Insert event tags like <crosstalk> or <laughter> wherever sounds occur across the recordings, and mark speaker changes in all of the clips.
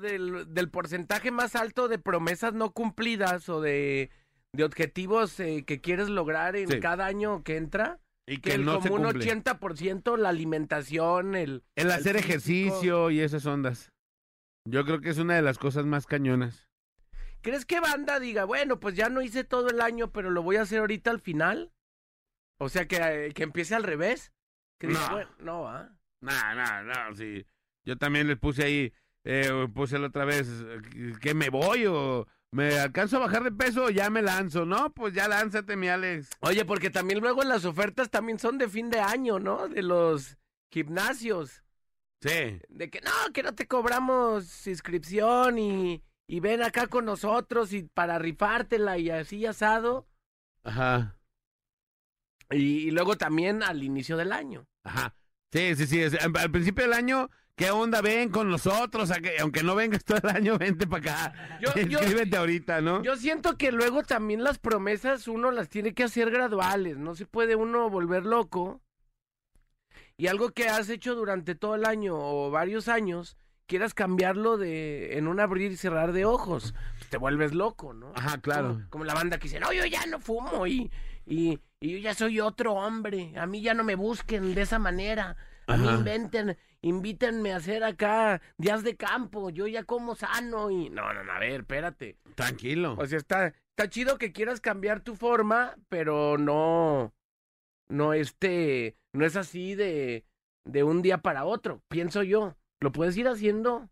Speaker 1: del, del porcentaje más alto de promesas no cumplidas o de, de objetivos eh, que quieres lograr en
Speaker 2: Sí.
Speaker 1: cada año que entra.
Speaker 2: Y
Speaker 1: Que,
Speaker 2: que,
Speaker 1: el-
Speaker 2: no se
Speaker 1: como un
Speaker 2: cumple.
Speaker 1: 80% la alimentación, el...
Speaker 2: El hacer
Speaker 1: el físico.
Speaker 2: ejercicio y esas ondas. Yo creo que es una de las cosas más cañonas.
Speaker 1: ¿Crees que banda diga, bueno, pues ya no hice todo el año, pero lo voy a hacer ahorita al final? O sea, que, eh, que empiece al revés. Que diga,
Speaker 2: No.
Speaker 1: bueno, no, ¿ah?
Speaker 2: No, no, no, sí. Yo también le puse ahí, eh, puse la otra vez, eh, que me voy o me alcanzo a bajar de peso o ya me lanzo. No, pues ya lánzate, mi Alex.
Speaker 1: Oye, porque también luego las ofertas también son de fin de año, ¿no? De los gimnasios.
Speaker 2: Sí.
Speaker 1: De que no, que no te cobramos inscripción y, y ven acá con nosotros y para rifártela y así asado.
Speaker 2: Ajá.
Speaker 1: Y, y luego también al inicio del año.
Speaker 2: Ajá. Sí, sí, sí. es- al- al principio del año, ¿qué onda? Ven con nosotros. a que- aunque no vengas todo el año, <laughs> vente para acá. <laughs>
Speaker 1: Yo- yo-
Speaker 2: Inscríbete ahorita, ¿no?
Speaker 1: Yo siento que luego también las promesas uno las tiene que hacer graduales, no se puede uno volver loco. Y algo que has hecho durante todo el año o varios años, quieras cambiarlo de en un abrir y cerrar de ojos, pues te vuelves loco, ¿no?
Speaker 2: Ajá, claro.
Speaker 1: Como, como la banda que dice, no, yo ya no fumo y, y, y yo ya soy otro hombre. A mí ya no me busquen de esa manera. A mí
Speaker 2: Ajá.
Speaker 1: inventen, invítenme a hacer acá días de campo. Yo ya como sano y... No, no, no, a ver, espérate.
Speaker 2: Tranquilo.
Speaker 1: O sea, está, está chido que quieras cambiar tu forma, pero no... No, este... No es así de, de un día para otro, pienso yo. Lo puedes ir haciendo.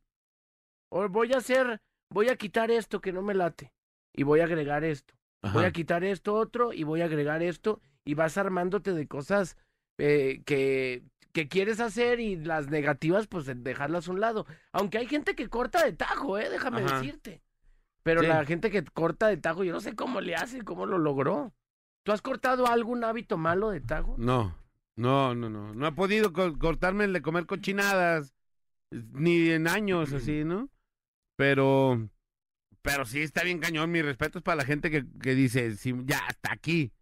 Speaker 1: O voy a hacer... Voy a quitar esto que no me late. Y voy a agregar esto
Speaker 2: Ajá.
Speaker 1: voy a quitar esto otro y voy a agregar esto y vas armándote de cosas eh, que, que quieres hacer y las negativas pues eh, dejarlas a un lado. Aunque hay gente que corta de tajo, eh, déjame
Speaker 2: Ajá.
Speaker 1: decirte. Pero
Speaker 2: Sí.
Speaker 1: la gente que corta de tajo, yo no sé cómo le hace, cómo lo logró. ¿Tú has cortado algún hábito malo de tajo?
Speaker 2: No, no, no, no. No he podido co- cortarme el de comer cochinadas, ni en años <clears throat> así, ¿no? Pero, pero sí está bien cañón. Mis respetos para la gente que, que dice, sí, ya hasta aquí.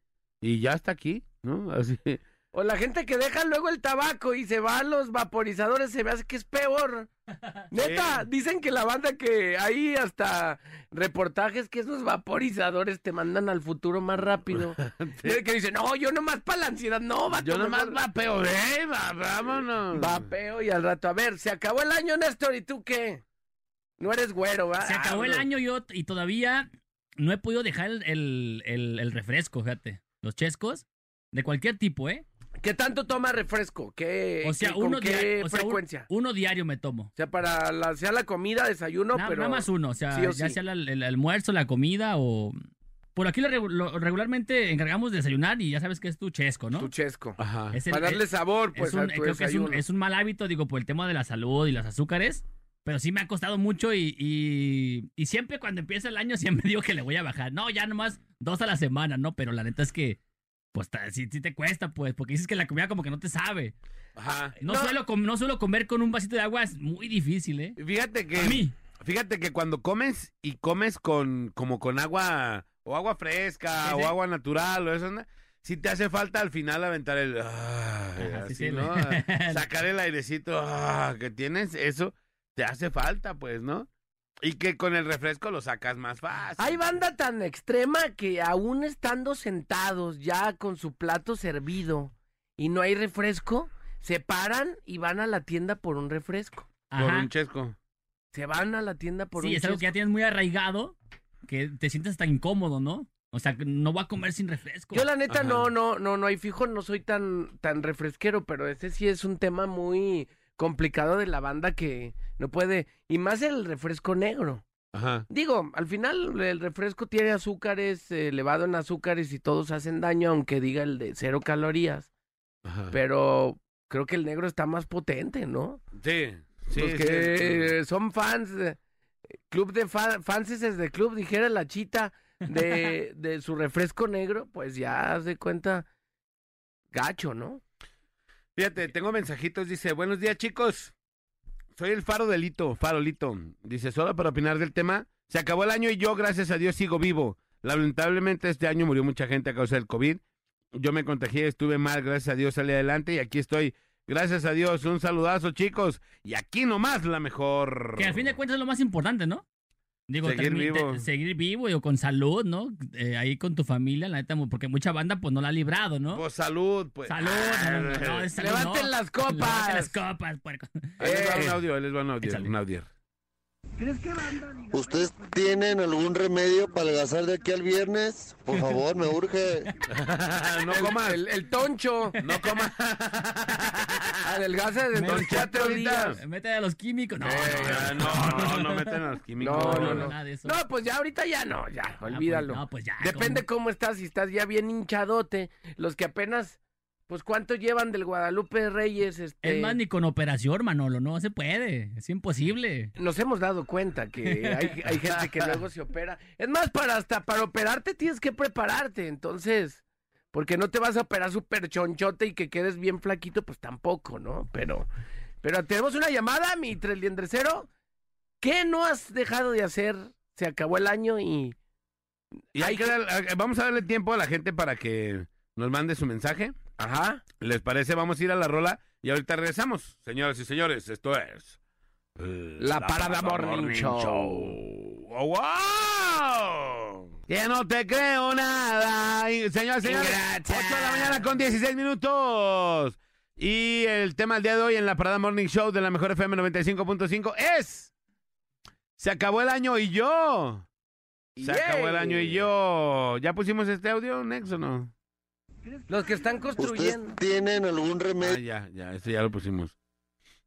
Speaker 2: Y ya hasta aquí, ¿no? <laughs> Así.
Speaker 1: O la gente que deja luego el tabaco y se va a los vaporizadores, se me hace que es
Speaker 2: <laughs>
Speaker 1: peor. Neta,
Speaker 2: Sí.
Speaker 1: dicen que la banda que hay hasta reportajes que esos vaporizadores te mandan al futuro más
Speaker 2: <laughs>
Speaker 1: rápido. Y el que dice, no, yo nomás para la ansiedad, no, vato,
Speaker 2: Yo nomás
Speaker 1: mejor
Speaker 2: vapeo, ¿eh? Va- vámonos.
Speaker 1: vapeo y al rato, a ver, se acabó el año, Néstor, ¿y tú qué? No eres güero, ¿va?
Speaker 3: Se acabó el
Speaker 1: Ah, no.
Speaker 3: año yo y todavía no he podido dejar el, el- el- el refresco, fíjate. Los chescos, de cualquier tipo, ¿eh?
Speaker 1: ¿Qué tanto toma refresco? ¿Qué,
Speaker 3: O sea,
Speaker 1: qué- con
Speaker 3: uno,
Speaker 1: qué
Speaker 3: diario, o sea, un-
Speaker 1: frecuencia? O sea,
Speaker 3: uno diario me tomo.
Speaker 1: para la, sea la comida, desayuno,
Speaker 3: Na-
Speaker 1: pero...
Speaker 3: Nada más uno, o sea,
Speaker 1: sí o
Speaker 3: ya
Speaker 1: sí.
Speaker 3: sea la- el, almuerzo, la comida o... Por aquí lo regu- lo- regularmente encargamos de desayunar y ya sabes que es tu chesco, ¿no?
Speaker 1: Tu chesco.
Speaker 2: Ajá.
Speaker 3: Es el-
Speaker 1: para darle sabor, pues,
Speaker 3: es un,
Speaker 1: a tu
Speaker 3: creo que es
Speaker 1: desayuno.
Speaker 3: un, es un mal hábito, digo, por el tema de la salud y los azúcares. Pero sí me ha costado mucho y, y, y siempre cuando empieza el año <laughs> siempre digo que le voy a bajar. No, ya nomás dos a la semana, ¿no? Pero la neta es que, pues, ta- sí, sí te cuesta, pues, porque dices que la comida como que no te sabe.
Speaker 2: Ajá.
Speaker 3: No,
Speaker 1: No.
Speaker 3: Suelo, com- no suelo comer con un vasito de agua, es muy difícil, ¿eh?
Speaker 2: Fíjate que.
Speaker 3: A mí.
Speaker 2: Fíjate que cuando comes y comes con como con agua o agua fresca
Speaker 3: Sí,
Speaker 2: o
Speaker 3: sí.
Speaker 2: agua natural o eso, ¿no? si te hace falta al final aventar el ay,
Speaker 3: Ajá, sí,
Speaker 2: así,
Speaker 3: sí, <laughs>
Speaker 2: ¿no? Ah,
Speaker 3: le-
Speaker 2: sacar el airecito ah, que tienes, eso te hace falta, pues, ¿no? Y que con el refresco lo sacas más fácil.
Speaker 1: Hay banda tan extrema que aún estando sentados ya con su plato servido y no hay refresco, se paran y van a la tienda por un refresco.
Speaker 2: Por
Speaker 3: Ajá.
Speaker 2: un chesco.
Speaker 1: Se van a la tienda por
Speaker 3: Sí,
Speaker 1: un
Speaker 3: es algo que ya
Speaker 1: chesco.
Speaker 3: tienes muy arraigado, que te sientes tan incómodo, ¿no? O sea, que no voy a comer sin refresco.
Speaker 1: Yo la neta
Speaker 2: Ajá.
Speaker 1: no, no, no, no hay fijo, no soy tan, tan refresquero, pero ese sí es un tema muy complicado de la banda que no puede, y más el refresco negro.
Speaker 2: Ajá.
Speaker 1: Digo, al final el refresco tiene azúcares, eh, elevado en azúcares y todos hacen daño, aunque diga el de cero calorías.
Speaker 2: ajá.
Speaker 1: Pero creo que el negro está más potente, ¿no?
Speaker 2: Sí, sí.
Speaker 1: Los
Speaker 3: pues,
Speaker 2: sí.
Speaker 1: que son fans, eh, club de fa- fans es de club, dijera la chita, de, de su refresco negro, pues ya haz de cuenta, gacho, ¿no?
Speaker 2: Fíjate, tengo mensajitos, dice, buenos días chicos, soy el faro delito, farolito, dice, solo para opinar del tema, se acabó el año y yo, gracias a Dios, sigo vivo. Lamentablemente este año murió mucha gente a causa del COVID, yo me contagié, estuve mal, gracias a Dios salí adelante y aquí estoy Gracias a Dios, un saludazo, chicos. Y aquí nomás la mejor.
Speaker 3: Que al fin de cuentas es lo más importante, ¿no? Digo,
Speaker 2: Seguir
Speaker 3: termi-
Speaker 2: vivo.
Speaker 3: te- seguir vivo y con salud, ¿no? Eh, ahí con tu familia, la neta, mu- porque mucha banda pues no la ha librado, ¿no?
Speaker 2: Pues salud, pues. eh,
Speaker 3: salud, no, no, no, es salud,
Speaker 1: Levanten
Speaker 3: no.
Speaker 1: las copas.
Speaker 3: Levanten las copas, puerco.
Speaker 2: Ahí les va
Speaker 1: Eh.
Speaker 2: un audio, ahí les va un audio.
Speaker 3: Échale.
Speaker 2: Un audio. <laughs>
Speaker 4: ¿Ustedes tienen algún remedio para adelgazar de aquí al viernes? Por favor, me
Speaker 5: <laughs>
Speaker 4: urge.
Speaker 2: no comas,
Speaker 1: El, el toncho.
Speaker 2: no comas.
Speaker 1: <laughs> Adelgaza desde
Speaker 2: Don
Speaker 3: <laughs>
Speaker 1: los
Speaker 2: Chato
Speaker 1: cuatro
Speaker 2: ahorita.
Speaker 1: días.
Speaker 3: Mete a los químicos. <laughs> No,
Speaker 2: Eh, No, no, no meten a los químicos.
Speaker 1: No, no, no.
Speaker 3: nada de eso.
Speaker 1: No, pues ya ahorita ya no, ya,
Speaker 3: Ah, pues,
Speaker 1: olvídalo.
Speaker 3: no, pues ya.
Speaker 1: Depende cómo estás, si estás ya bien hinchadote, los que apenas, pues cuánto llevan del Guadalupe Reyes, este...
Speaker 3: Es más, ni con operación, Manolo, no se puede. Es imposible.
Speaker 1: Nos hemos dado cuenta que hay, hay gente que luego se opera. Es más, para hasta para operarte tienes que prepararte, entonces, porque no te vas a operar súper chonchote y que quedes bien flaquito, pues tampoco, ¿no? Pero, pero tenemos una llamada, mi tresliendrecero. ¿Qué no has dejado de hacer? Se acabó el año y...
Speaker 2: Y hay que dar- eh, vamos a darle tiempo a la gente para que nos mande su mensaje.
Speaker 1: Ajá.
Speaker 2: ¿Les parece? Vamos a ir a la rola y ahorita regresamos. Señoras y señores, esto es. eh,
Speaker 1: La Parada Morning Show.
Speaker 2: ¡Oh, wow! Ya no te creo nada. Y, Señoras y señores,
Speaker 1: Ingrata.
Speaker 2: 8 de la mañana con 16 minutos. Y el tema del día de hoy en la Parada Morning Show de la Mejor FM 95.5 es. Se acabó el año y yo. Se acabó el año y yo. ¿Ya pusimos este audio, Nex, o no?
Speaker 1: Los que están
Speaker 4: ¿Ustedes
Speaker 1: construyendo,
Speaker 4: tienen algún
Speaker 2: Ah,
Speaker 4: remedio?
Speaker 2: ya, ya, este ya lo pusimos.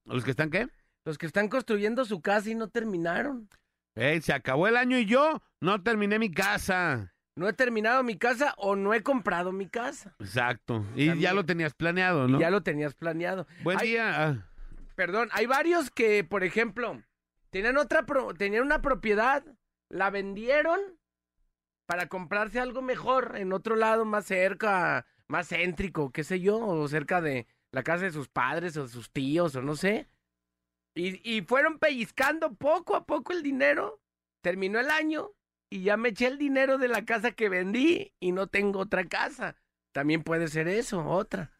Speaker 2: ¿Los que están qué?
Speaker 1: los que están construyendo su casa y no terminaron.
Speaker 2: Ey, se acabó el año y yo no terminé mi casa.
Speaker 1: No he terminado mi casa o no he comprado mi casa.
Speaker 2: Exacto. Y
Speaker 1: También.
Speaker 2: ya lo tenías planeado, ¿no?
Speaker 1: Ya lo tenías planeado.
Speaker 2: Buen
Speaker 1: Ay,
Speaker 2: día. Ah,
Speaker 1: Perdón, hay varios que, por ejemplo, tenían otra pro- tenían una propiedad, la vendieron para comprarse algo mejor en otro lado más cerca, más céntrico, qué sé yo, o cerca de la casa de sus padres o de sus tíos o no sé. Y, y fueron pellizcando poco a poco el dinero. Terminó el año y ya me eché el dinero de la casa que vendí y no tengo otra casa. También puede ser eso, otra.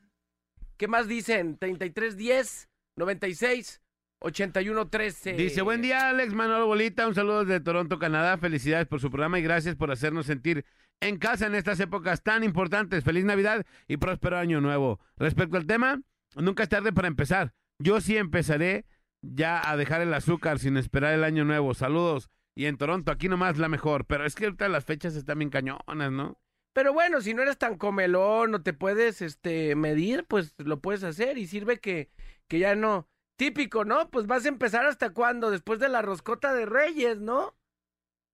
Speaker 1: ¿Qué más dicen? 3310 96 81 13.
Speaker 2: Dice, buen día, Alex Manolo Bolita. Un saludo desde Toronto, Canadá. Felicidades por su programa y gracias por hacernos sentir en casa en estas épocas tan importantes. Feliz Navidad y próspero año nuevo. Respecto al tema, nunca es tarde para empezar. Yo sí empezaré ya a dejar el azúcar sin esperar el año nuevo. Saludos. Y en Toronto, aquí nomás la mejor. Pero es que ahorita las fechas están bien cañonas, ¿no?
Speaker 1: Pero bueno, si no eres tan comelón o te puedes este, medir, pues lo puedes hacer y sirve que, que ya no. Típico, ¿no? Pues vas a empezar hasta cuándo? Después de la roscota de Reyes, ¿no?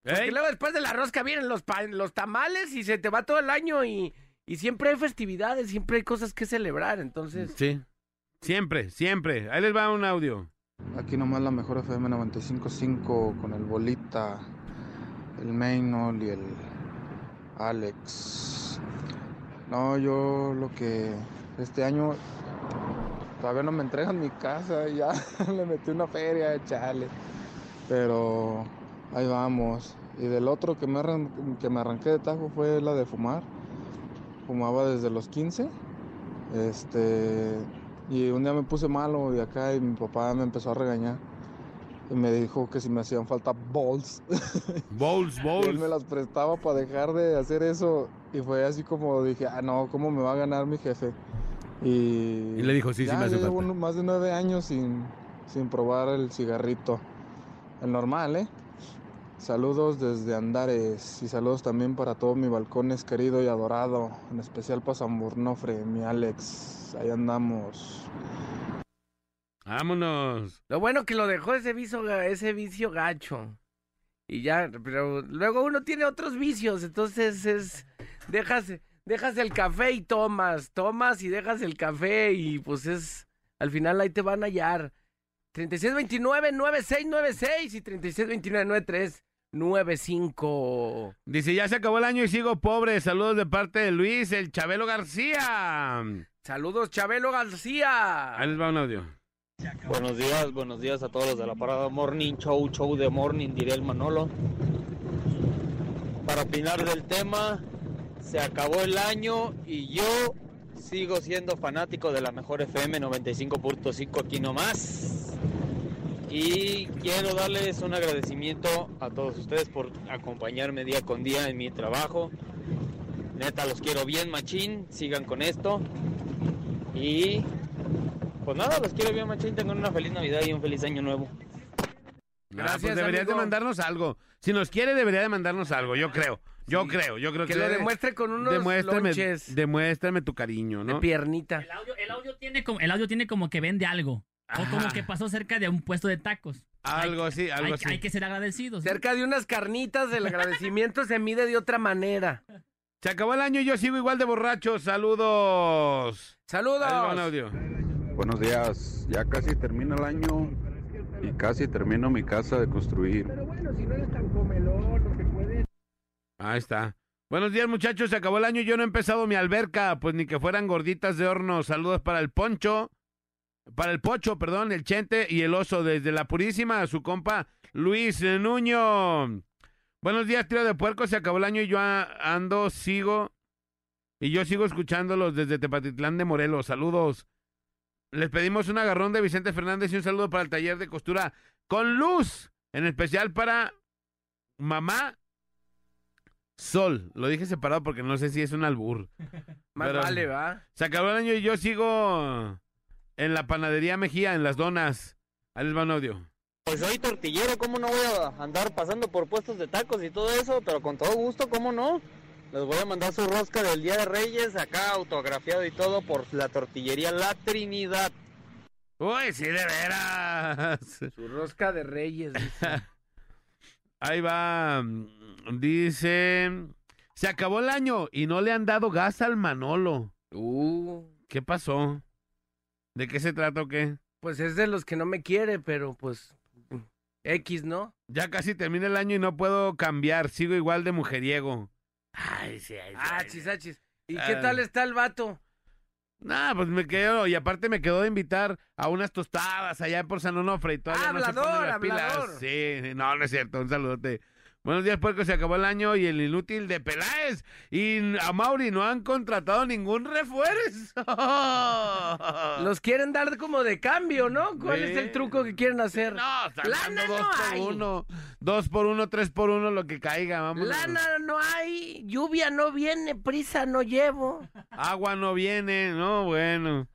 Speaker 1: Porque
Speaker 2: Ey,
Speaker 1: luego después de la rosca vienen los, pa- los tamales y se te va todo el año y, y siempre hay festividades, siempre hay cosas que celebrar. Entonces,
Speaker 2: Sí. Siempre, siempre. Ahí les va un audio.
Speaker 6: Aquí nomás la mejor FM 95.5 con el Bolita, el Mainol y el Alex. No, yo lo que este año todavía no me entregan mi casa, <laughs> ya le metí una feria, chale. Pero ahí vamos. Y del otro que me, arran- que me arranqué de tajo fue la de fumar. Fumaba desde los 15. Este, y un día me puse malo y acá y mi papá me empezó a regañar. Y me dijo que si me hacían falta balls, <laughs>
Speaker 2: Bowls,
Speaker 6: y él me
Speaker 2: bowls.
Speaker 6: las prestaba para dejar de hacer eso. Y fue así como dije, ah, no, ¿cómo me va a ganar mi jefe? Y,
Speaker 2: Y le dijo, sí, sí
Speaker 6: ya,
Speaker 2: me hace
Speaker 6: ya llevo
Speaker 2: falta.
Speaker 6: uno- más de nueve años sin, sin probar el cigarrito. El normal, ¿eh? Saludos desde Andares y saludos también para todo mi balcones querido y adorado, en especial para San Burnofre, mi Alex. Ahí andamos.
Speaker 2: Vámonos.
Speaker 1: lo bueno que lo dejó ese vicio, ga- ese vicio gacho. Y ya, pero luego uno tiene otros vicios, entonces es, dejas, dejas el café y tomas, tomas y dejas el café y pues es, al final ahí te van a hallar. 3629-9696 y 3629-9395.
Speaker 2: Dice, ya se acabó el año y sigo pobre. Saludos de parte de Luis, el Chabelo García.
Speaker 1: Saludos, Chabelo García.
Speaker 2: Ahí les va un audio. Ah,
Speaker 7: Buenos días, buenos días a todos los de la parada Morning Show, show de Morning, diría el Manolo. Para opinar del tema, se acabó el año y yo Sigo siendo fanático de la mejor FM 95.5 aquí nomás. Y quiero darles un agradecimiento a todos ustedes por acompañarme día con día en mi trabajo. Neta, los quiero bien, machín. Sigan con esto. Y pues nada, los quiero bien, machín. Tengan una feliz Navidad y un feliz año nuevo.
Speaker 2: Gracias.
Speaker 1: Gracias,
Speaker 2: pues deberías
Speaker 1: amigo.
Speaker 2: de mandarnos algo. Si nos quiere, debería de mandarnos algo, yo creo. Yo
Speaker 1: Sí.
Speaker 2: creo, yo creo
Speaker 1: Que le
Speaker 2: debe-
Speaker 1: demuestre con unos
Speaker 2: demuéstrame,
Speaker 1: lonches
Speaker 2: demuéstrame tu cariño,
Speaker 1: de
Speaker 2: ¿no?
Speaker 1: piernita.
Speaker 3: El audio, el audio tiene como, el audio tiene como que vende algo. O como
Speaker 2: Ajá.
Speaker 3: que pasó cerca de un puesto de tacos.
Speaker 2: Algo así, algo
Speaker 3: hay,
Speaker 2: así.
Speaker 3: hay que ser agradecidos. ¿no?
Speaker 1: Cerca de unas carnitas, el agradecimiento se mide de otra manera.
Speaker 2: Se acabó el año y yo sigo igual de borracho. Saludos.
Speaker 1: ¡Saludos!
Speaker 2: Ahí va un audio.
Speaker 8: Buenos días, ya casi termina el año y casi termino mi casa de construir.
Speaker 2: Ahí está. Buenos días, muchachos. Se acabó el año y yo no he empezado mi alberca. Pues ni que fueran gorditas de horno. Saludos para el poncho. Para el pocho, perdón, el chente y el oso. Desde la purísima, su compa Luis Nuño. Buenos días, tío de puerco. Se acabó el año y yo a- ando, sigo. Y yo sigo escuchándolos desde Tepatitlán de Morelos. Saludos. Les pedimos un agarrón de Vicente Fernández y un saludo para el taller de costura con luz. En especial para mamá Sol, lo dije separado porque no sé si es un albur.
Speaker 1: Más
Speaker 2: Pero-
Speaker 1: vale, ¿va?
Speaker 2: Se acabó el año y yo sigo en la panadería Mejía, en las donas. Ahí les va un audio.
Speaker 7: Pues soy tortillero, ¿cómo no voy a andar pasando por puestos de tacos y todo eso? Pero con todo gusto, ¿cómo no? Les voy a mandar su rosca del Día de Reyes, acá autografiado y todo por la tortillería La Trinidad.
Speaker 2: Uy, sí, de veras.
Speaker 1: Su rosca de reyes. dice.
Speaker 2: Ahí va. mm, Dice, se acabó el año y no le han dado gas al Manolo.
Speaker 1: Uh,
Speaker 2: ¿Qué pasó? ¿De qué se trata o qué?
Speaker 1: pues es de los que no me quiere, pero pues... X, ¿no?
Speaker 2: Ya casi termina el año y no puedo cambiar. Sigo igual de mujeriego. Ay, sí, ay, sí,
Speaker 1: Ah,
Speaker 2: ay, sí.
Speaker 1: chisachis. ¿Y
Speaker 2: Ah.
Speaker 1: qué tal está el vato?
Speaker 2: Nah, pues me quedo, y aparte me quedó de invitar a unas tostadas allá por San Onofre y todavía no se
Speaker 1: Hablador,
Speaker 2: ponen las
Speaker 1: hablador.
Speaker 2: pilas. Sí, no, no es cierto, un saludote. Buenos días, puerco, se acabó el año y el inútil de Peláez y a Mauri no han contratado ningún refuerzo.
Speaker 1: <laughs> Los quieren dar como de cambio, ¿no? ¿Cuál es el
Speaker 2: Sí.
Speaker 1: truco que quieren hacer?
Speaker 2: No, están
Speaker 1: Lana
Speaker 2: dando dos
Speaker 1: no
Speaker 2: por
Speaker 1: hay.
Speaker 2: uno, dos por uno, tres por uno, lo que caiga, vamos.
Speaker 1: Lana no hay, lluvia no viene, prisa no llevo.
Speaker 2: Agua no viene, no, bueno.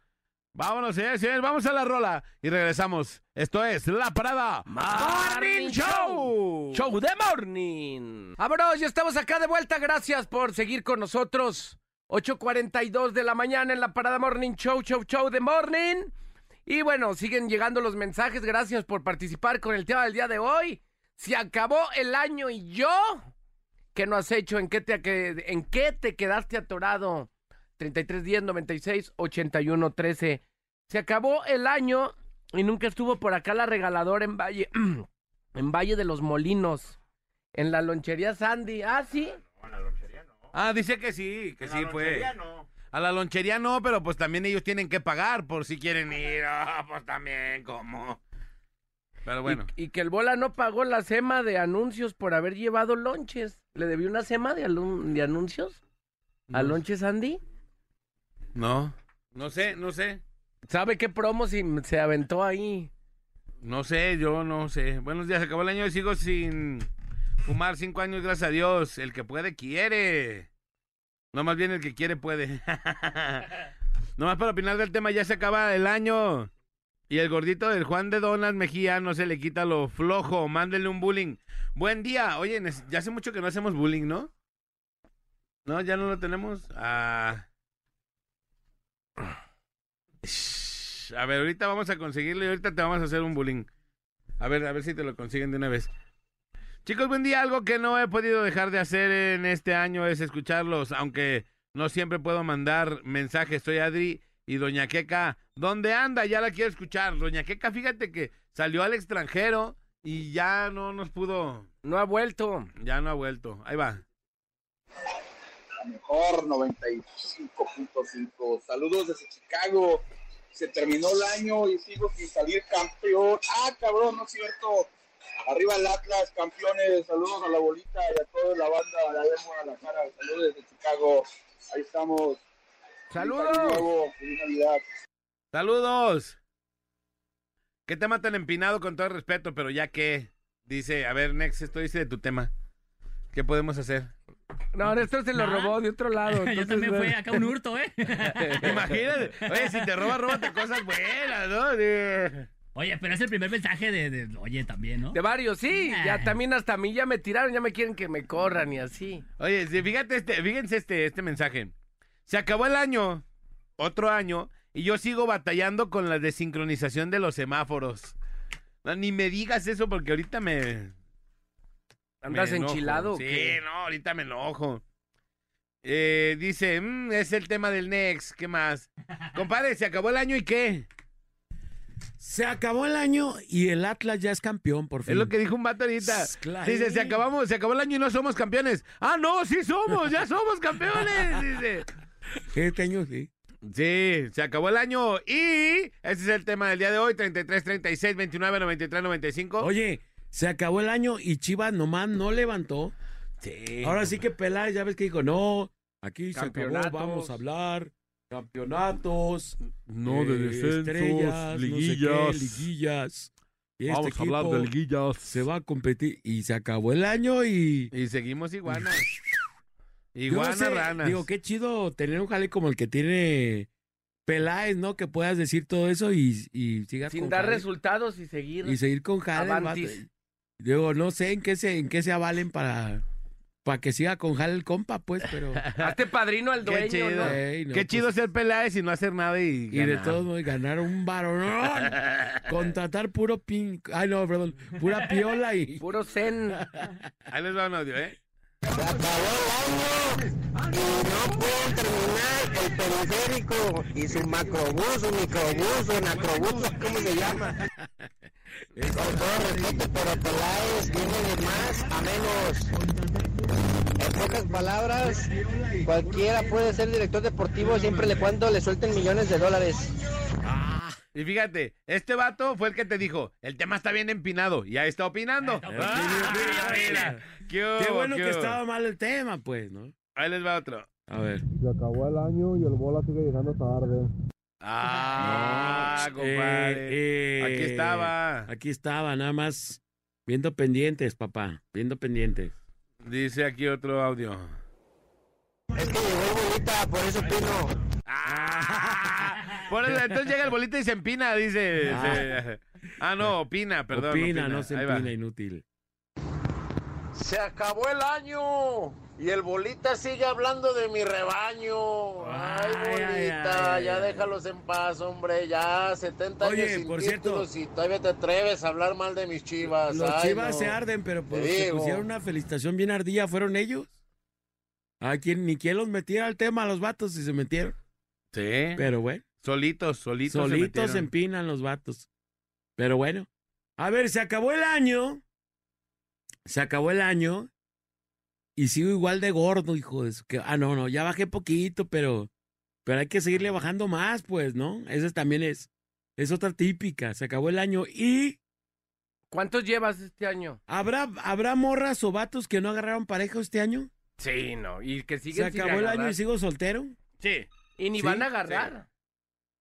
Speaker 2: Vámonos, señores, señores, vamos a la rola y regresamos. Esto es La Parada Morning Show.
Speaker 1: Show de morning. Vámonos, ya estamos acá de vuelta. Gracias por seguir con nosotros. 8.42 de la mañana en la parada Morning Show, Show, Show de Morning. Y bueno, siguen llegando los mensajes. Gracias por participar con el tema del día de hoy. Se acabó el año y yo. ¿Qué no has hecho? ¿En qué te, aque- en qué te quedaste atorado? 3310 96 81 13. Se acabó el año y nunca estuvo por acá la regaladora en Valle en Valle de los Molinos, en la lonchería Sandy. Ah, sí.
Speaker 2: Ah, dice que sí, que sí fue. A la lonchería no, pero pues también ellos tienen que pagar por si quieren ir. Ah, pues también, ¿cómo? Pero Ah, bueno.
Speaker 1: Y, y que el bola no pagó la cema de anuncios por haber llevado lonches. ¿Le debió una cema de, alun- de anuncios? ¿A lonches Sandy?
Speaker 2: No. No sé, no sé.
Speaker 1: ¿Sabe qué promo si m- se aventó ahí?
Speaker 2: No sé, yo no sé. Buenos días, se acabó el año y sigo sin fumar cinco años, gracias a Dios. El que puede, quiere. No, más bien el que quiere, puede. <laughs> Nomás para opinar del tema, ya se acaba el año. Y el gordito del Juan de Donas Mejía no se le quita lo flojo. Mándenle un bullying. Buen día. Oye, nes- ya hace mucho que no hacemos bullying, ¿no? No, ya no lo tenemos. Ah. Shh. A ver, ahorita vamos a conseguirlo y ahorita te vamos a hacer un bullying. A ver, a ver si te lo consiguen de una vez. Chicos, buen día. Algo que no he podido dejar de hacer en este año es escucharlos, aunque no siempre puedo mandar mensajes. Soy Adri y Doña Queca. ¿Dónde anda? Ya la quiero escuchar. Doña Queca, fíjate que salió al extranjero y ya no nos pudo,
Speaker 1: No ha vuelto.
Speaker 2: ya no ha vuelto. Ahí va.
Speaker 9: mejor 95.5. Saludos desde Chicago. Se terminó el año y sigo sin salir campeón. Ah, cabrón, no es cierto. Arriba el Atlas, campeones. Saludos a la bolita y a toda la banda de allá en Guadalajara. Saludos desde Chicago. Ahí estamos. Feliz Año
Speaker 2: ¡Saludos!
Speaker 9: Nuevo, feliz Navidad.
Speaker 2: ¡Saludos! ¿Qué tema tan empinado con todo el respeto? Pero ya que dice, a ver, Nex, esto dice de tu tema. ¿Qué podemos hacer?
Speaker 1: No, esto se lo
Speaker 3: Nada.
Speaker 1: robó de otro lado.
Speaker 3: <laughs> Yo
Speaker 1: entonces,
Speaker 3: también
Speaker 1: bueno.
Speaker 3: fui acá un
Speaker 1: <laughs>
Speaker 3: hurto, ¿eh?
Speaker 2: Imagínate. Oye, si te roban, róbate cosas buenas, ¿no? De-
Speaker 3: Oye, pero es el primer mensaje de, de- oye, también, ¿no?
Speaker 1: De varios, sí.
Speaker 3: Ah.
Speaker 1: Ya también hasta a mí ya me tiraron, ya me quieren que me corran y así.
Speaker 2: Oye, sí, fíjate este, fíjense este, este mensaje. Se acabó el año, otro año, y yo sigo batallando con la desincronización de los semáforos. No, ni me digas eso porque ahorita me,
Speaker 1: ¿Andas
Speaker 2: Me enojo.
Speaker 1: enchilado? o
Speaker 2: Sí,
Speaker 1: qué?
Speaker 2: no, ahorita me enojo. Eh, dice, "Mm, es el tema del Next, ¿qué más? Compadre, ¿se acabó el año y qué?
Speaker 5: Se acabó el año y el Atlas ya es campeón, por fin.
Speaker 2: Es lo que dijo un vato ahorita.
Speaker 5: S- claro.
Speaker 2: Dice, se acabamos, se acabó el año y no somos campeones. Ah, no, sí somos, ya somos campeones, dice.
Speaker 5: Este año sí.
Speaker 2: Sí, se acabó el año y ese es el tema del día de hoy, 33, 36, 29, 93, 95.
Speaker 5: Oye, se acabó el año y Chivas nomás no levantó.
Speaker 2: sí.
Speaker 5: Ahora sí que Peláez, ya ves que dijo, no, aquí se acabó,
Speaker 1: Campeonatos.
Speaker 5: vamos a hablar. Campeonatos,
Speaker 8: No,
Speaker 5: eh, estrellas, no sé qué, liguillas. Y este equipo
Speaker 8: liguillas.
Speaker 5: Se va a competir y se acabó el año y...
Speaker 2: Y seguimos
Speaker 5: <laughs>
Speaker 2: iguanas.
Speaker 5: Yo no
Speaker 2: Iguanas
Speaker 5: sé,
Speaker 2: ranas.
Speaker 5: Digo, qué chido tener un jale como el que tiene Peláez, ¿no? Que puedas decir todo eso y, y sigas
Speaker 1: Sin
Speaker 5: con
Speaker 1: dar
Speaker 5: jale.
Speaker 1: resultados y seguir.
Speaker 5: Y seguir con jale. el vato.
Speaker 1: Avantis.
Speaker 5: Digo, no sé en qué se, en qué se avalen para, para que siga con jale el compa, pues,
Speaker 2: <laughs>
Speaker 5: pero...
Speaker 1: Hazte padrino al
Speaker 2: Qué
Speaker 1: dueño,
Speaker 2: chido.
Speaker 1: ¿no?
Speaker 5: Ey, no,
Speaker 2: Qué
Speaker 5: pues,
Speaker 2: chido ser Peláez y no hacer nada y,
Speaker 5: Y de
Speaker 2: ganar.
Speaker 5: todos modos, ganar un varón. Contratar puro pin. Ay, no, perdón. Pura
Speaker 2: <laughs>
Speaker 5: piola y.
Speaker 1: Puro zen.
Speaker 2: Ahí les va un audio, ¿eh?
Speaker 4: Se acabó el año y no pueden terminar el periférico y su macrobús, su microbús, su anacrobús, ¿cómo se llama? Con todo respeto, pero Peláez viene de más a menos. En pocas palabras, cualquiera puede ser director deportivo siempre le cuando le suelten millones de dólares.
Speaker 2: Y fíjate, este vato fue el que te dijo, el tema está bien empinado. Y ahí está opinando.
Speaker 3: Ahí está opinando.
Speaker 2: Ah, mira, mira. Qué
Speaker 5: Qué
Speaker 2: hubo,
Speaker 5: bueno
Speaker 2: qué
Speaker 5: que
Speaker 2: hubo.
Speaker 5: estaba mal el tema, pues, ¿no?
Speaker 2: Ahí les va otro.
Speaker 5: A ver.
Speaker 8: Se acabó el año y el bola sigue llegando tarde.
Speaker 2: Ah,
Speaker 5: No,
Speaker 2: compadre.
Speaker 5: eh, eh,
Speaker 2: Aquí estaba.
Speaker 5: Aquí estaba, nada más. Viendo pendientes, papá. Viendo pendientes.
Speaker 2: Dice aquí otro audio.
Speaker 4: Es que llegó bonita, por eso opino.
Speaker 2: Ah, por eso, entonces llega el bolita y se empina, dice.
Speaker 5: Ah.
Speaker 2: se- Ah, no, opina, perdón.
Speaker 5: opina, no se
Speaker 2: Ahí va.
Speaker 5: opina, inútil.
Speaker 4: Se acabó el año y el Bolita sigue hablando de mi rebaño. Ay,
Speaker 5: Ay,
Speaker 4: Bolita,
Speaker 5: ay, ay,
Speaker 4: ya
Speaker 5: ay.
Speaker 4: déjalos en paz, hombre. Ya 70
Speaker 5: Oye,
Speaker 4: años sin
Speaker 5: por
Speaker 4: títulos y todavía te atreves a hablar mal de mis chivas.
Speaker 5: Los
Speaker 4: Ay,
Speaker 5: chivas
Speaker 4: no.
Speaker 5: se arden, pero pues,
Speaker 4: Te
Speaker 5: se
Speaker 4: digo.
Speaker 5: pusieron una felicitación bien ardilla. ¿Fueron ellos? A quien ni quien los metiera al tema, los vatos, si se metieron.
Speaker 2: Sí.
Speaker 5: Pero bueno.
Speaker 2: Solitos, solitos. se
Speaker 5: Solitos se
Speaker 2: metieron.
Speaker 5: empinan los vatos. Pero bueno. A ver, se acabó el año. Se acabó el año. Y sigo igual de gordo, hijo de su. que- Ah, no, no, ya bajé poquito, pero. Pero hay que seguirle bajando más, pues, ¿no? Esa también es. Es otra típica. Se acabó el año y.
Speaker 1: ¿Cuántos llevas este año?
Speaker 5: ¿Habrá, ¿habrá morras o vatos que no agarraron pareja este año?
Speaker 1: Sí, no. Y que
Speaker 5: Se
Speaker 1: siguen sin
Speaker 5: acabó el año
Speaker 1: agarrar.
Speaker 5: y sigo soltero.
Speaker 2: Sí.
Speaker 1: Y ni
Speaker 5: Sí,
Speaker 1: van a agarrar.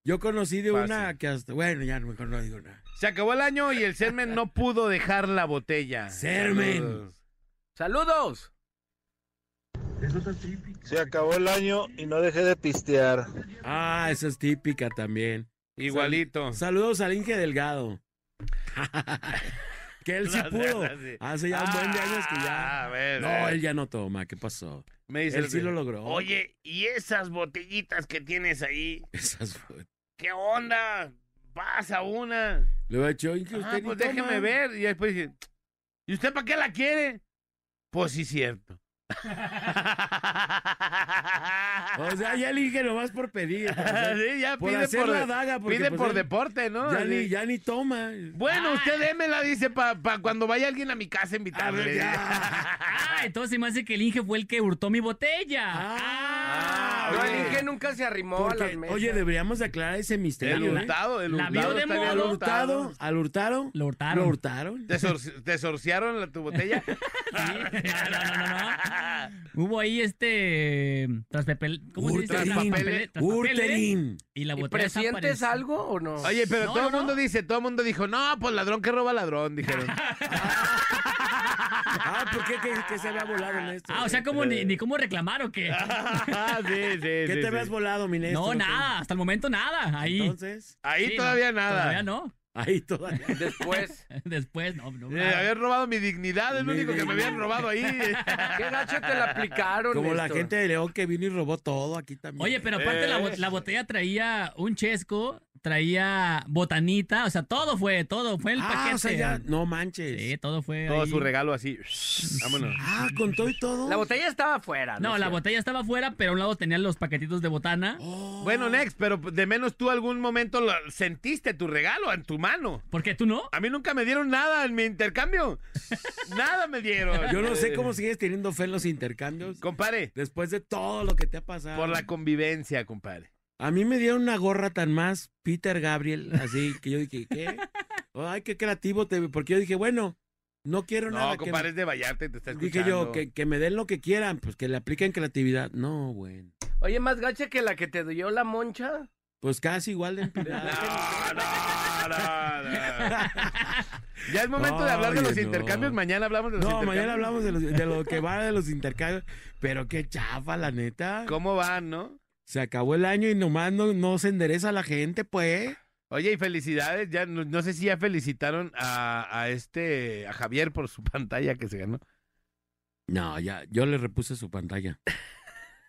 Speaker 5: Yo conocí de una
Speaker 2: Fácil.
Speaker 5: que hasta. Bueno, ya mejor no digo nada.
Speaker 2: Se acabó el año y el Sermen no pudo dejar la botella.
Speaker 5: Sermen.
Speaker 1: ¡Saludos!
Speaker 2: Saludos.
Speaker 4: Se acabó el año y no dejé de pistear.
Speaker 5: Ah, esa es típica también.
Speaker 2: Igualito.
Speaker 5: Saludos al Inge Delgado. <laughs> que él sí
Speaker 2: <laughs> No seas
Speaker 5: pudo.
Speaker 2: así.
Speaker 5: Hace ya un buen de años que ya.
Speaker 2: Ah, a ver, a
Speaker 5: No,
Speaker 2: ver.
Speaker 5: él ya no toma. ¿Qué pasó?
Speaker 2: Me dice
Speaker 5: él
Speaker 2: el-
Speaker 5: sí lo logró.
Speaker 2: Oye, ¿y esas botellitas que tienes ahí?
Speaker 5: <laughs> Esas fue-
Speaker 2: ¿Qué onda? Pasa una.
Speaker 5: Le va a echar, Inge, usted
Speaker 2: Ah,
Speaker 5: ni
Speaker 2: pues
Speaker 5: toma".
Speaker 2: déjeme ver. Y después dice, ¿y usted para qué la quiere? Pues sí,
Speaker 5: <laughs>
Speaker 2: cierto.
Speaker 5: O sea, ya el Inge nomás
Speaker 2: <laughs>
Speaker 5: por pedir. Por, hacer-
Speaker 2: Sí, ya
Speaker 5: por
Speaker 2: pide
Speaker 5: hacer
Speaker 2: por,
Speaker 5: la daga. Porque,
Speaker 2: pide
Speaker 5: pues,
Speaker 2: por
Speaker 5: él
Speaker 2: deporte, ¿no?
Speaker 5: Ya
Speaker 2: Así.
Speaker 5: ni, ya ni toma.
Speaker 2: Bueno, usted démela, dice, para cuando vaya alguien a mi casa invitarme.
Speaker 5: A ver, ya.
Speaker 2: <laughs>
Speaker 3: Ah, entonces se me hace que el Inge fue el que hurtó mi botella.
Speaker 5: Ah, Ah,
Speaker 1: No, el
Speaker 5: oye.
Speaker 1: Inge nunca se arrimó
Speaker 5: Porque,
Speaker 1: a las mesas.
Speaker 5: oye, deberíamos de aclarar ese
Speaker 2: El
Speaker 5: misterio. ¿eh?
Speaker 2: hurtado, el
Speaker 3: La
Speaker 2: hurtado.
Speaker 3: vio de
Speaker 2: está bien
Speaker 5: Al
Speaker 3: modo.
Speaker 5: hurtado, al hurtado,
Speaker 3: Lo
Speaker 5: lo
Speaker 3: hurtaron.
Speaker 5: hurtaron.
Speaker 2: ¿Te, sor- te sorciaron la, tu botella?
Speaker 3: Ah, Sí. No, no, no, no, no. Hubo ahí este. Traspapel. ¿Cómo se dice?
Speaker 5: Hurterín.
Speaker 3: Traspapel- traspapel, ¿eh?
Speaker 5: Hurterín.
Speaker 3: Y la
Speaker 1: ¿Y
Speaker 3: botella
Speaker 1: presientes
Speaker 3: desapareció.
Speaker 1: algo o no?
Speaker 2: Oye, pero
Speaker 3: No,
Speaker 2: todo el
Speaker 3: no,
Speaker 2: mundo
Speaker 3: no.
Speaker 2: dice, todo el mundo dijo, no, pues ladrón que roba ladrón,
Speaker 5: <laughs>
Speaker 2: dijeron.
Speaker 5: Ah, ¿por qué que, que se había volado en esto?
Speaker 3: Ah, o sea, como ni, ni cómo reclamar o qué.
Speaker 5: Ah,
Speaker 2: sí, sí,
Speaker 5: ¿Qué
Speaker 2: sí,
Speaker 5: te
Speaker 2: sí.
Speaker 5: habías volado, mi Néstor?
Speaker 3: No, nada. Hasta el momento nada. Ahí.
Speaker 5: Entonces,
Speaker 2: Ahí
Speaker 3: Sí,
Speaker 2: todavía nada.
Speaker 3: Todavía no. <laughs>
Speaker 2: <laughs>
Speaker 5: ahí todavía.
Speaker 1: Después.
Speaker 3: Después, no, no.
Speaker 2: Eh,
Speaker 3: nada.
Speaker 2: habían robado mi dignidad, es lo
Speaker 5: Mi
Speaker 2: único que me habían robado
Speaker 5: <laughs>
Speaker 2: ahí.
Speaker 1: ¿Qué gacho te la aplicaron?
Speaker 5: Como la
Speaker 1: Néstor?
Speaker 5: gente de León que vino y robó todo aquí también.
Speaker 3: Oye, pero aparte
Speaker 2: Eh.
Speaker 3: la, bot- la botella traía un chesco, traía botanita, o sea, todo fue, todo fue el
Speaker 5: ah,
Speaker 3: paquete.
Speaker 5: o sea, ya, no manches.
Speaker 3: Sí, todo fue.
Speaker 2: Todo
Speaker 3: ahí.
Speaker 2: su regalo así. Vámonos.
Speaker 5: Ah, con todo y todo.
Speaker 1: La botella estaba afuera.
Speaker 3: No,
Speaker 1: es
Speaker 3: la
Speaker 1: cierto?
Speaker 3: botella estaba afuera, pero a un lado tenían los paquetitos de botana.
Speaker 5: Oh.
Speaker 2: Bueno, Next, pero de menos tú algún momento lo- sentiste tu regalo en tu mano.
Speaker 3: ¿Por qué tú no?
Speaker 2: A mí nunca me dieron nada en mi intercambio. nada me dieron.
Speaker 5: Yo no sé
Speaker 2: Eh.
Speaker 5: cómo sigues teniendo fe en los intercambios
Speaker 2: Compadre,
Speaker 5: después de todo lo que te ha pasado.
Speaker 2: por la convivencia, compadre.
Speaker 5: A mí me dieron una gorra tan más Peter Gabriel, así que yo dije,
Speaker 2: <laughs>
Speaker 5: ¿qué? Oh, Ay, qué creativo te porque yo dije, bueno, no quiero
Speaker 2: No,
Speaker 5: nada. que
Speaker 2: compadre,
Speaker 5: me-
Speaker 2: es de Vallarta y te está escuchando.
Speaker 5: Dije yo, que, que me den lo que quieran, pues que le apliquen creatividad. No, güey.
Speaker 1: Oye, más gacha que la que te dio la moncha.
Speaker 5: Pues casi igual
Speaker 2: <laughs>
Speaker 5: de
Speaker 2: No,
Speaker 5: empinada.
Speaker 2: no, no, no. Ya es momento de hablar de
Speaker 5: Oye,
Speaker 2: los
Speaker 5: no.
Speaker 2: intercambios. Mañana hablamos de los
Speaker 5: No,
Speaker 2: intercambios.
Speaker 5: mañana hablamos de, los- de lo
Speaker 2: <laughs>
Speaker 5: que va de los intercambios. Pero qué chafa, la neta.
Speaker 2: ¿Cómo van, no?
Speaker 5: Se acabó el año y nomás no, no se endereza la gente, pues.
Speaker 2: Oye, y felicidades. Ya no, no sé si ya felicitaron a, a este, a Javier por su <laughs> pantalla que se ganó.
Speaker 5: No, ya, yo le repuse
Speaker 2: <laughs>
Speaker 5: su pantalla.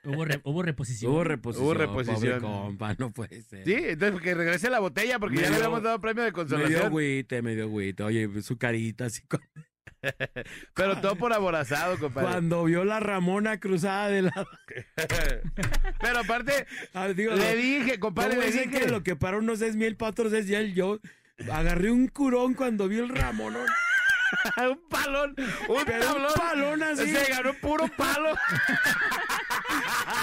Speaker 3: Hubo, re- hubo reposición.
Speaker 5: Hubo reposición.
Speaker 2: Hubo reposición.
Speaker 5: Pobre compa, no puede ser.
Speaker 2: Sí, entonces que regrese la botella porque
Speaker 5: Eh. Me
Speaker 2: ya le
Speaker 5: dio-
Speaker 2: habíamos dado premio de
Speaker 5: Me dio
Speaker 2: consolación.
Speaker 5: agüite, me dio agüite. Oye, su carita así. cu-
Speaker 2: pero
Speaker 5: <laughs>
Speaker 2: todo por aborazado, compadre.
Speaker 5: Cuando vio la Ramona cruzada de la...
Speaker 2: pero aparte,
Speaker 5: Ah, digo,
Speaker 2: le dije, compadre,
Speaker 5: ¿cómo
Speaker 2: le
Speaker 5: dicen
Speaker 2: dije.
Speaker 5: que lo que para unos es miel, para otros es hiel? Yo agarré un curón cuando vi el Ramón.
Speaker 2: <laughs> <laughs> un palón, un
Speaker 5: Pero un
Speaker 2: tablón.
Speaker 5: palón así.
Speaker 2: Se ganó puro palo.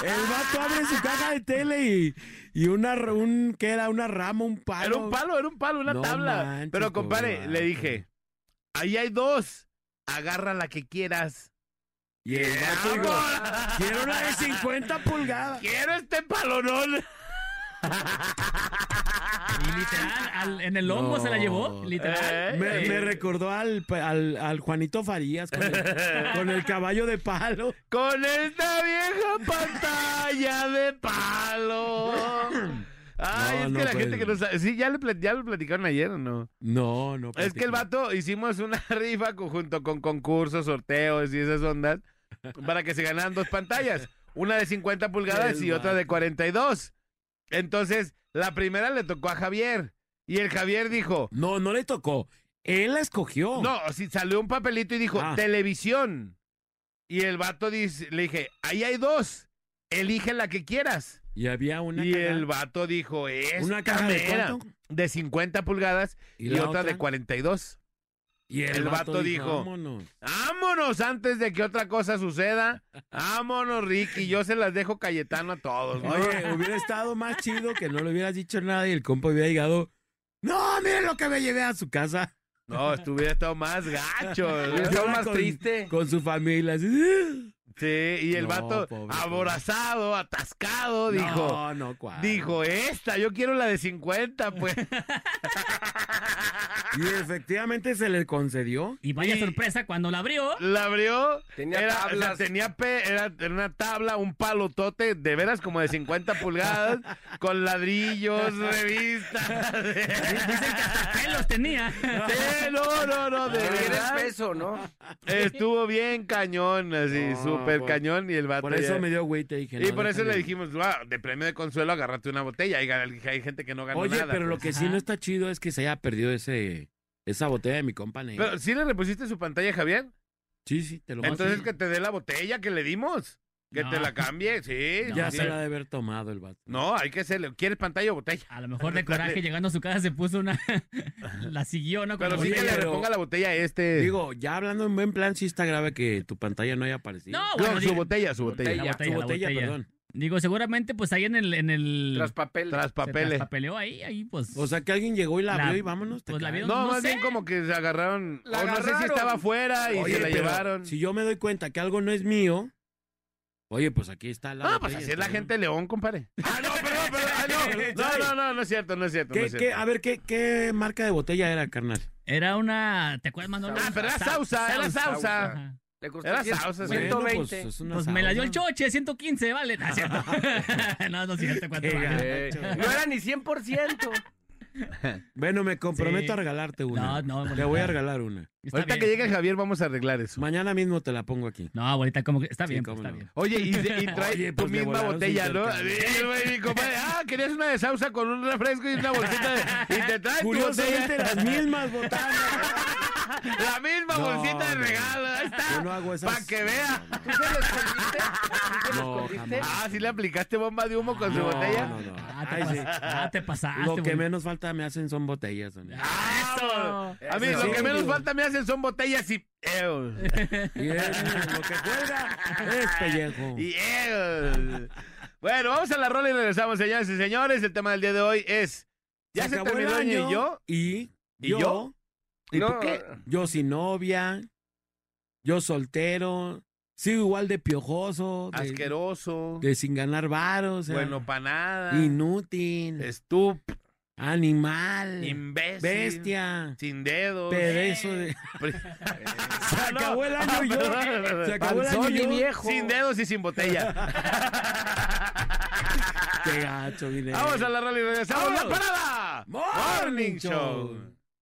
Speaker 5: El vato abre su caja de tele y, y una, r- un, ¿qué era? Una rama, un palo.
Speaker 2: Era un palo, era un palo, una
Speaker 5: Ah, No
Speaker 2: tabla.
Speaker 5: manches,
Speaker 2: Pero compadre,
Speaker 5: pobre
Speaker 2: le
Speaker 5: vato.
Speaker 2: dije, ahí hay dos. Agarra la que quieras. Eh,
Speaker 5: Y el vato dijo,
Speaker 2: ¡Vámonos!
Speaker 5: quiero una de 50 pulgadas.
Speaker 2: <laughs> Quiero este
Speaker 5: <laughs>
Speaker 2: palonón.
Speaker 3: Y literal, al- en el lomo
Speaker 5: No.
Speaker 3: se la llevó. Literal.
Speaker 2: Eh,
Speaker 5: Me,
Speaker 3: Sí.
Speaker 5: me recordó al, pa- al, al Juanito Farías con el, con el caballo de palo.
Speaker 2: Con esta vieja pantalla de palo.
Speaker 5: <laughs>
Speaker 2: Ay,
Speaker 5: No,
Speaker 2: es que
Speaker 5: no
Speaker 2: la
Speaker 5: puede
Speaker 2: gente que
Speaker 5: ser.
Speaker 2: no sabe. Sí, ya, le, plat- ya lo platicaron ayer, ¿o no?
Speaker 5: No, no.
Speaker 2: Es que el
Speaker 5: platicó.
Speaker 2: vato hicimos una <laughs> rifa co- junto con concursos, sorteos y esas ondas para que se ganaran dos pantallas. Una de 50 pulgadas
Speaker 5: El
Speaker 2: y otra
Speaker 5: vato.
Speaker 2: de 42. Entonces, la primera le tocó a Javier. Y el Javier dijo,
Speaker 5: No, no le tocó. Él la escogió.
Speaker 2: no, si salió un papelito y dijo,
Speaker 5: Ah.
Speaker 2: televisión. Y el vato dice, le dije, ahí hay dos. Elige la que quieras.
Speaker 5: Y había una
Speaker 2: y
Speaker 5: caja-
Speaker 2: el vato dijo, es
Speaker 5: una caja de cuánto?
Speaker 2: de 50 pulgadas y,
Speaker 5: la
Speaker 2: otra, de 42.
Speaker 5: Y el,
Speaker 2: el
Speaker 5: vato,
Speaker 2: vato
Speaker 5: dijo,
Speaker 2: dijo,
Speaker 5: "Vámonos".
Speaker 2: Vámonos antes de que otra cosa suceda. Vámonos, Ricky. Yo se las dejo Cayetano a todos. ¿no?
Speaker 5: Oye, eh, hubiera estado más chido que no le hubieras dicho nada y el compa hubiera llegado. No, miren lo que me llevé a su casa
Speaker 2: No, estuviera estado más gacho.
Speaker 1: Yo
Speaker 2: ¿verdad?
Speaker 5: Yo
Speaker 1: estaba
Speaker 5: la
Speaker 1: más
Speaker 5: con-
Speaker 1: triste.
Speaker 5: con su familia. así. "Ah".
Speaker 2: Sí, y el
Speaker 5: No,
Speaker 2: vato
Speaker 5: pobre,
Speaker 2: aborazado, atascado, dijo.
Speaker 5: No, no, cuál.
Speaker 2: Dijo, esta, yo quiero la de 50, pues.
Speaker 5: Y efectivamente se le concedió.
Speaker 3: Y vaya sorpresa, cuando la abrió,
Speaker 2: La abrió.
Speaker 1: Tenía
Speaker 2: era,
Speaker 1: tablas.
Speaker 2: o sea, tenía pe- era, era una tabla, un palotote, de veras como de 50 pulgadas, con ladrillos, revistas.
Speaker 3: dicen que hasta pelos tenía.
Speaker 2: Sí, no, no, no, de
Speaker 1: Pero eres
Speaker 2: verdad.
Speaker 1: peso,
Speaker 3: <laughs>
Speaker 1: ¿no?
Speaker 2: Estuvo bien cañón, así,
Speaker 5: No,
Speaker 2: súper
Speaker 5: por-
Speaker 2: cañón. Y el vato.
Speaker 5: Por eso
Speaker 2: ya-
Speaker 5: me dio agüite. Dije,
Speaker 2: y
Speaker 5: no,
Speaker 2: por eso le
Speaker 5: déjale.
Speaker 2: dijimos, "Ah, de premio de consuelo, agárrate una botella. Hay, hay gente que no ganó
Speaker 5: Oye,
Speaker 2: nada.
Speaker 5: pero lo
Speaker 2: pues.
Speaker 5: que sí no
Speaker 3: Ajá.
Speaker 5: está chido es que se haya perdido ese esa botella de mi compa negro.
Speaker 2: Pero, ¿sí le repusiste su pantalla, Javier?
Speaker 5: Sí, sí, te lo voy a
Speaker 2: Entonces
Speaker 5: decir.
Speaker 2: que te dé la botella que le dimos. Que te
Speaker 3: No.
Speaker 2: la cambie, sí.
Speaker 5: ya
Speaker 2: sí.
Speaker 5: se la ha de haber tomado el vato.
Speaker 2: No, hay que hacerle. ¿Quieres pantalla o botella?
Speaker 3: A lo mejor de coraje llegando a su casa se puso una. la siguió, ¿no?
Speaker 2: Pero
Speaker 3: Como-
Speaker 2: sí
Speaker 5: Oye,
Speaker 2: que le
Speaker 5: pero-
Speaker 2: reponga la botella a este.
Speaker 5: Digo, ya hablando en buen plan, sí está grave que tu pantalla no haya aparecido.
Speaker 3: No,
Speaker 2: No,
Speaker 3: bueno,
Speaker 2: su
Speaker 3: diga-
Speaker 2: botella, su botella.
Speaker 3: La botella,
Speaker 5: tu
Speaker 3: la
Speaker 5: botella,
Speaker 3: botella.
Speaker 5: perdón.
Speaker 3: Digo, seguramente pues ahí en el... En el
Speaker 1: Tras papel.
Speaker 2: Tras
Speaker 3: Se
Speaker 2: papeles.
Speaker 3: traspapeleó ahí, ahí pues...
Speaker 5: O sea, que alguien llegó y la,
Speaker 3: La-
Speaker 5: vio y vámonos. te
Speaker 3: pues la
Speaker 5: cae.
Speaker 3: vieron.
Speaker 2: No,
Speaker 3: no
Speaker 2: más
Speaker 3: sé.
Speaker 2: bien como que se agarraron.
Speaker 1: La
Speaker 2: o no sé si
Speaker 1: agarraron.
Speaker 2: estaba afuera y
Speaker 5: Oye,
Speaker 2: se la
Speaker 5: pero
Speaker 2: llevaron.
Speaker 5: Si yo me doy cuenta que algo no es mío, oye, pues aquí está la.
Speaker 2: Ah, pues
Speaker 5: botella,
Speaker 2: así es la
Speaker 5: cabrón.
Speaker 2: gente de León, compadre. Ah, no, perdón, perdón. ah, <laughs> no. no, no, no, no es cierto, no es cierto. no
Speaker 5: ¿Qué,
Speaker 2: es
Speaker 5: qué-
Speaker 2: cierto.
Speaker 5: a ver, ¿qué, ¿qué marca de botella era, carnal?
Speaker 3: Era una... ¿Te acuerdas, Manolo?
Speaker 2: Ah, pero era
Speaker 3: Sa-
Speaker 2: sausa, era sausa.
Speaker 3: Ajá.
Speaker 1: Le costó
Speaker 2: Era
Speaker 1: 100,
Speaker 2: salsa, sí.
Speaker 5: Bueno,
Speaker 1: 120.
Speaker 5: pues, es una
Speaker 3: Pues me la dio el
Speaker 5: salsa.
Speaker 3: choche, 115, vale. No, es
Speaker 5: <laughs>
Speaker 3: cierto. <laughs> no, no es cierto, cuánto
Speaker 5: Qué
Speaker 3: vale.
Speaker 1: Eh, no era ni
Speaker 5: <laughs>
Speaker 1: 100%.
Speaker 5: Bueno, me comprometo
Speaker 3: Sí.
Speaker 5: a regalarte
Speaker 3: No,
Speaker 5: una.
Speaker 3: no,
Speaker 5: Le voy a
Speaker 3: bonita.
Speaker 5: regalar una.
Speaker 3: Está
Speaker 2: Ahorita que
Speaker 3: bien.
Speaker 2: llegue Javier vamos a arreglar eso.
Speaker 5: Mañana mismo te la pongo aquí.
Speaker 3: No, abuelita, como que está
Speaker 5: Sí,
Speaker 3: bien,
Speaker 5: cómo
Speaker 3: pues, está
Speaker 5: no.
Speaker 3: bien.
Speaker 2: Oye, y, y trae
Speaker 5: Oye,
Speaker 2: tu
Speaker 5: pues, le
Speaker 2: misma
Speaker 5: volaron su
Speaker 2: botella, ¿no?
Speaker 5: intercambio.
Speaker 2: Sí, güey, mi compadre, ah, querías una de salsa con un refresco y una bolsita de- y te trae tu
Speaker 5: Curiosamente,
Speaker 2: botella.
Speaker 5: las mismas botanas.
Speaker 2: <laughs> La misma
Speaker 5: No,
Speaker 2: bolsita de
Speaker 5: no.
Speaker 2: regalo, ahí
Speaker 5: Yo
Speaker 2: está.
Speaker 5: no hago esas.
Speaker 2: Pa' que vea.
Speaker 1: ¿Tú se lo escondiste? ¿Tú se
Speaker 5: No,
Speaker 1: lo escondiste?
Speaker 5: jamás.
Speaker 2: Ah, sí le aplicaste bomba de humo con su
Speaker 5: No,
Speaker 2: botella.
Speaker 5: no, no.
Speaker 3: Ah, te,
Speaker 5: Ay, sí.
Speaker 3: pas- ah, te pasaste.
Speaker 5: Lo que
Speaker 3: güey.
Speaker 5: menos falta me hacen son botellas. hombre.
Speaker 2: Ah,
Speaker 1: Eso.
Speaker 2: A mí lo
Speaker 5: Sí,
Speaker 2: que menos
Speaker 5: digo.
Speaker 2: falta me hacen son botellas y... eh,
Speaker 5: Y es- lo que cuelga es pellejo.
Speaker 2: Y, eh, Bueno, vamos a la rola y regresamos, señores y señores. El tema del día de hoy es... Ya se,
Speaker 5: acabó el
Speaker 2: terminó
Speaker 5: año
Speaker 2: Ñe y yo.
Speaker 5: Y,
Speaker 2: ¿Y
Speaker 5: yo,
Speaker 2: yo? ¿Y tú
Speaker 1: No,
Speaker 2: qué?
Speaker 5: yo sin novia, yo soltero, sigo igual de piojoso, de,
Speaker 2: Asqueroso.
Speaker 5: de sin ganar varos, o sea,
Speaker 2: Bueno, eh. para nada.
Speaker 5: inútil,
Speaker 2: Estúpido.
Speaker 5: animal,
Speaker 2: Imbécil.
Speaker 5: eh, bestia,
Speaker 2: Sin dedos. <laughs>
Speaker 5: pedazo de... <laughs> Se acabó el año y yo.
Speaker 2: perdón.
Speaker 5: Se acabó el año
Speaker 1: Panzón
Speaker 5: y
Speaker 1: y
Speaker 5: yo.
Speaker 1: viejo.
Speaker 2: Sin dedos y sin botella.
Speaker 5: Qué gacho,
Speaker 2: <laughs>
Speaker 5: vine.
Speaker 2: Vamos a la rola y regresamos. ¡La
Speaker 5: Vamos.
Speaker 2: parada!
Speaker 5: Morning Show.